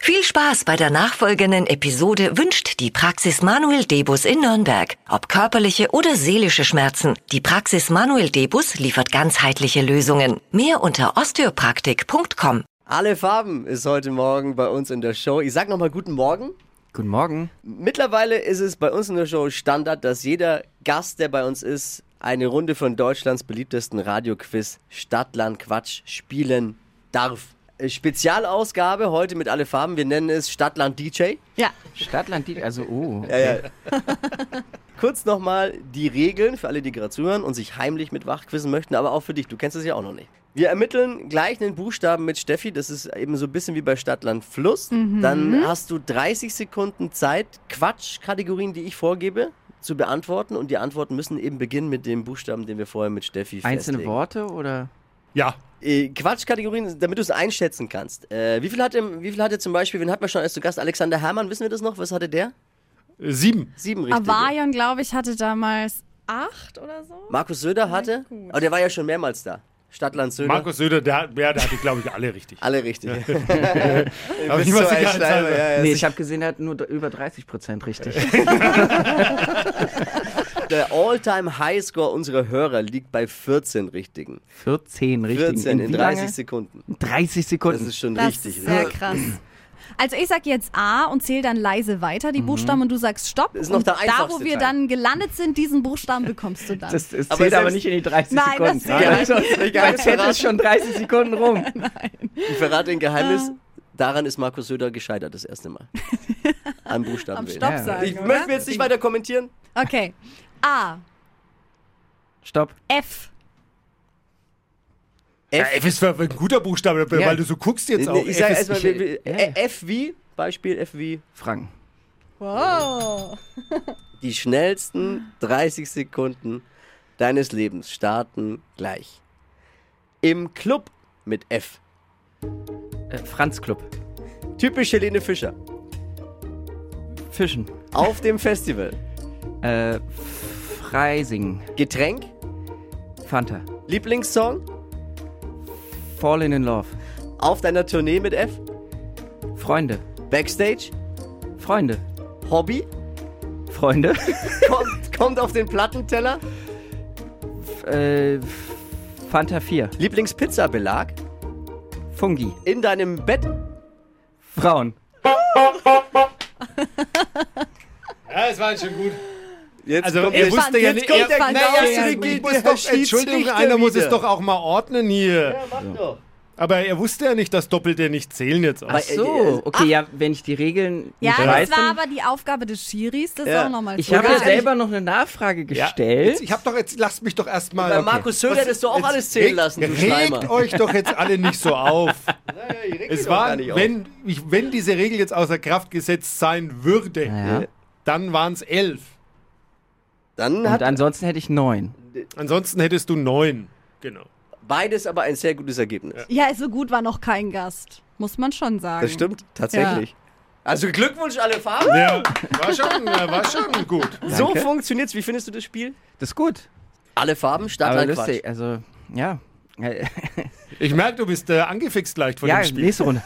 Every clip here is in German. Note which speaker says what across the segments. Speaker 1: Viel Spaß bei der nachfolgenden Episode wünscht die Praxis Manuel Debus in Nürnberg. Ob körperliche oder seelische Schmerzen, die Praxis Manuel Debus liefert ganzheitliche Lösungen. Mehr unter osteopraktik.com.
Speaker 2: Alle Farben ist heute Morgen bei uns in der Show. Ich sag nochmal guten Morgen.
Speaker 3: Guten Morgen.
Speaker 2: Mittlerweile ist es bei uns in der Show Standard, dass jeder Gast, der bei uns ist, eine Runde von Deutschlands beliebtesten Radioquiz Stadtland Quatsch spielen darf. Spezialausgabe heute mit alle Farben. Wir nennen es Stadtland DJ.
Speaker 4: Ja,
Speaker 3: Stadtland, die- also oh.
Speaker 2: Ja, ja. Kurz nochmal die Regeln für alle, die gerade zuhören und sich heimlich mit wachquissen möchten, aber auch für dich. Du kennst es ja auch noch nicht. Wir ermitteln gleich einen Buchstaben mit Steffi. Das ist eben so ein bisschen wie bei Stadtland Fluss.
Speaker 3: Mhm.
Speaker 2: Dann hast du 30 Sekunden Zeit, Quatschkategorien, die ich vorgebe, zu beantworten. Und die Antworten müssen eben beginnen mit dem Buchstaben, den wir vorher mit Steffi
Speaker 3: Einzelne
Speaker 2: festlegen.
Speaker 3: Worte oder?
Speaker 5: Ja,
Speaker 2: Äh, Quatschkategorien, damit du es einschätzen kannst. Äh, wie viel hatte, wie viel hatte zum Beispiel, wen hat man schon als zu Gast? Alexander Herrmann, wissen wir das noch? Was hatte der?
Speaker 5: äh, sieben.
Speaker 2: Sieben richtig.
Speaker 4: Avarion, glaube ich, hatte damals acht oder so.
Speaker 2: Markus Söder hatte, aber der war ja schon mehrmals da. Stadtland Söder.
Speaker 5: Markus Söder, der, ja, der hat die, glaube ich, alle richtig.
Speaker 2: Alle richtig.
Speaker 5: Aber ich muss die ganze Zeit- ne?
Speaker 2: ja, ja,
Speaker 3: Nee, ich habe gesehen, er hat nur d- über 30 Prozent richtig.
Speaker 2: Der All-Time-Highscore unserer Hörer liegt bei 14 richtigen.
Speaker 3: 14 richtig.
Speaker 2: 14 in
Speaker 3: wie
Speaker 2: 30
Speaker 3: lange?
Speaker 2: Sekunden.
Speaker 3: 30
Speaker 2: Das
Speaker 3: Sekunden.
Speaker 2: ist schon
Speaker 4: Das
Speaker 2: richtig.
Speaker 4: ist
Speaker 2: ne?
Speaker 4: sehr krass. Also ich sag jetzt A und zähle dann leise weiter die Buchstaben und du sagst Stopp.
Speaker 2: Mhm. Ist noch
Speaker 4: und
Speaker 2: der
Speaker 4: da, wo
Speaker 2: einfachste
Speaker 4: wir
Speaker 2: Teil.
Speaker 4: dann gelandet sind, diesen Buchstaben bekommst du dann.
Speaker 3: Das, das
Speaker 2: Aber
Speaker 3: zählt aber
Speaker 2: selbst-
Speaker 3: nicht in die 30
Speaker 4: Nein, das
Speaker 3: Sekunden.
Speaker 4: zählt
Speaker 2: nicht.
Speaker 3: Also,
Speaker 2: Ich kann
Speaker 3: mein
Speaker 2: es
Speaker 3: Chat
Speaker 2: verraten.
Speaker 3: ist schon 30 Sekunden rum.
Speaker 2: Ich verrate ein Geheimnis. Daran ist Markus Söder gescheitert das erste Mal. An Buchstaben.
Speaker 4: Am
Speaker 2: wählen.
Speaker 4: Stopp
Speaker 3: Ja.
Speaker 4: sagen,
Speaker 2: Ich
Speaker 4: oder?
Speaker 2: möchte jetzt nicht weiter kommentieren.
Speaker 4: Okay. A,
Speaker 3: Stopp.
Speaker 4: F,
Speaker 5: Ja, F ist für- für ein guter Buchstabe, weil
Speaker 3: Ja.
Speaker 5: du so guckst jetzt auch.
Speaker 2: Nee, ich sage
Speaker 5: F ist-
Speaker 2: erstmal,
Speaker 3: ich-
Speaker 2: wie- wie-
Speaker 3: ja, ja.
Speaker 2: Ä- F wie, Beispiel F wie,
Speaker 3: Frank.
Speaker 4: wow.
Speaker 2: die schnellsten 30 Sekunden deines Lebens starten gleich. Im Club mit F.
Speaker 3: Äh, Franz Club.
Speaker 2: Typisch Helene Fischer.
Speaker 3: Fischen.
Speaker 2: Auf dem Festival.
Speaker 3: Äh, Freising.
Speaker 2: Getränk,
Speaker 3: Fanta.
Speaker 2: Lieblingssong,
Speaker 3: Fallen in Love.
Speaker 2: auf deiner Tournee mit F,
Speaker 3: Freunde.
Speaker 2: Backstage,
Speaker 3: Freunde.
Speaker 2: Hobby,
Speaker 3: Freunde.
Speaker 2: kommt, kommt auf den Plattenteller,
Speaker 3: F äh, Fanta 4.
Speaker 2: Lieblingspizzabelag,
Speaker 3: Fungi.
Speaker 2: in deinem Bett.
Speaker 3: Frauen.
Speaker 5: Ja, es war schon gut.
Speaker 2: Jetzt
Speaker 5: Also
Speaker 2: kommt
Speaker 5: er
Speaker 2: der-
Speaker 5: wusste ja
Speaker 4: Jetzt
Speaker 5: nicht,
Speaker 4: kommt
Speaker 5: er,
Speaker 4: der
Speaker 5: na,
Speaker 4: Knopf.
Speaker 5: er-
Speaker 4: Sehr
Speaker 5: ich
Speaker 2: gut.
Speaker 5: muss
Speaker 2: Ah, Der
Speaker 5: doch, Entschuldigung,
Speaker 2: Schiedsrichter
Speaker 5: einer muss
Speaker 2: wieder.
Speaker 5: es doch auch mal ordnen hier.
Speaker 2: Ja, mach doch.
Speaker 5: Aber er wusste ja nicht, dass Doppelte nicht zählen jetzt auch.
Speaker 2: Aber- äh,
Speaker 3: Ach so, okay, ja, wenn ich die Regeln
Speaker 4: Ja,
Speaker 3: nicht
Speaker 4: das
Speaker 3: weiß,
Speaker 4: war
Speaker 3: dann-
Speaker 4: aber die Aufgabe des Schiris, das
Speaker 2: Ja.
Speaker 4: auch nochmal
Speaker 3: ich habe ja
Speaker 4: vorher.
Speaker 3: selber noch eine Nachfrage
Speaker 5: Ja,
Speaker 3: gestellt.
Speaker 5: jetzt- Ich habe doch jetzt, lasst mich doch erstmal.
Speaker 2: Bei Markus Söder hättest du auch alles zählen lassen, du
Speaker 5: Regt
Speaker 2: Schleimer.
Speaker 5: euch doch jetzt alle nicht so auf. Es war, wenn, ich, wenn diese Regel jetzt außer Kraft gesetzt sein würde,
Speaker 3: Ja.
Speaker 5: dann waren es elf.
Speaker 2: Dann
Speaker 3: Und
Speaker 2: hat
Speaker 3: ansonsten hätte ich neun.
Speaker 5: Ansonsten hättest du neun. Genau.
Speaker 2: beides aber ein sehr gutes Ergebnis.
Speaker 4: Ja, so gut war noch kein Gast. Muss man schon sagen.
Speaker 2: Das stimmt, tatsächlich. Also Glückwunsch alle Farben.
Speaker 5: Ja, war schon, äh, war schon gut.
Speaker 2: So funktioniert's. Wie findest du das Spiel?
Speaker 3: Das ist gut.
Speaker 2: Alle Farben,
Speaker 3: aber
Speaker 2: Stadtland
Speaker 3: lustig,
Speaker 2: Quatsch.
Speaker 3: also, ja. Äh,
Speaker 5: Ich merke, du bist äh, angefixt leicht von
Speaker 3: Ja,
Speaker 5: dem Spiel.
Speaker 3: nächste Runde.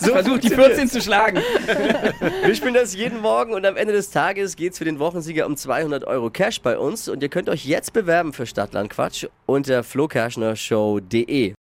Speaker 2: So
Speaker 3: Versucht die
Speaker 2: funktioniert's.
Speaker 3: 14 zu schlagen.
Speaker 2: Wir spielen das jeden Morgen und am Ende des Tages geht's für den Wochensieger um 200 Euro Cash bei uns. Und ihr könnt euch jetzt bewerben für Stadtland Quatsch unter flokerschnershow.de.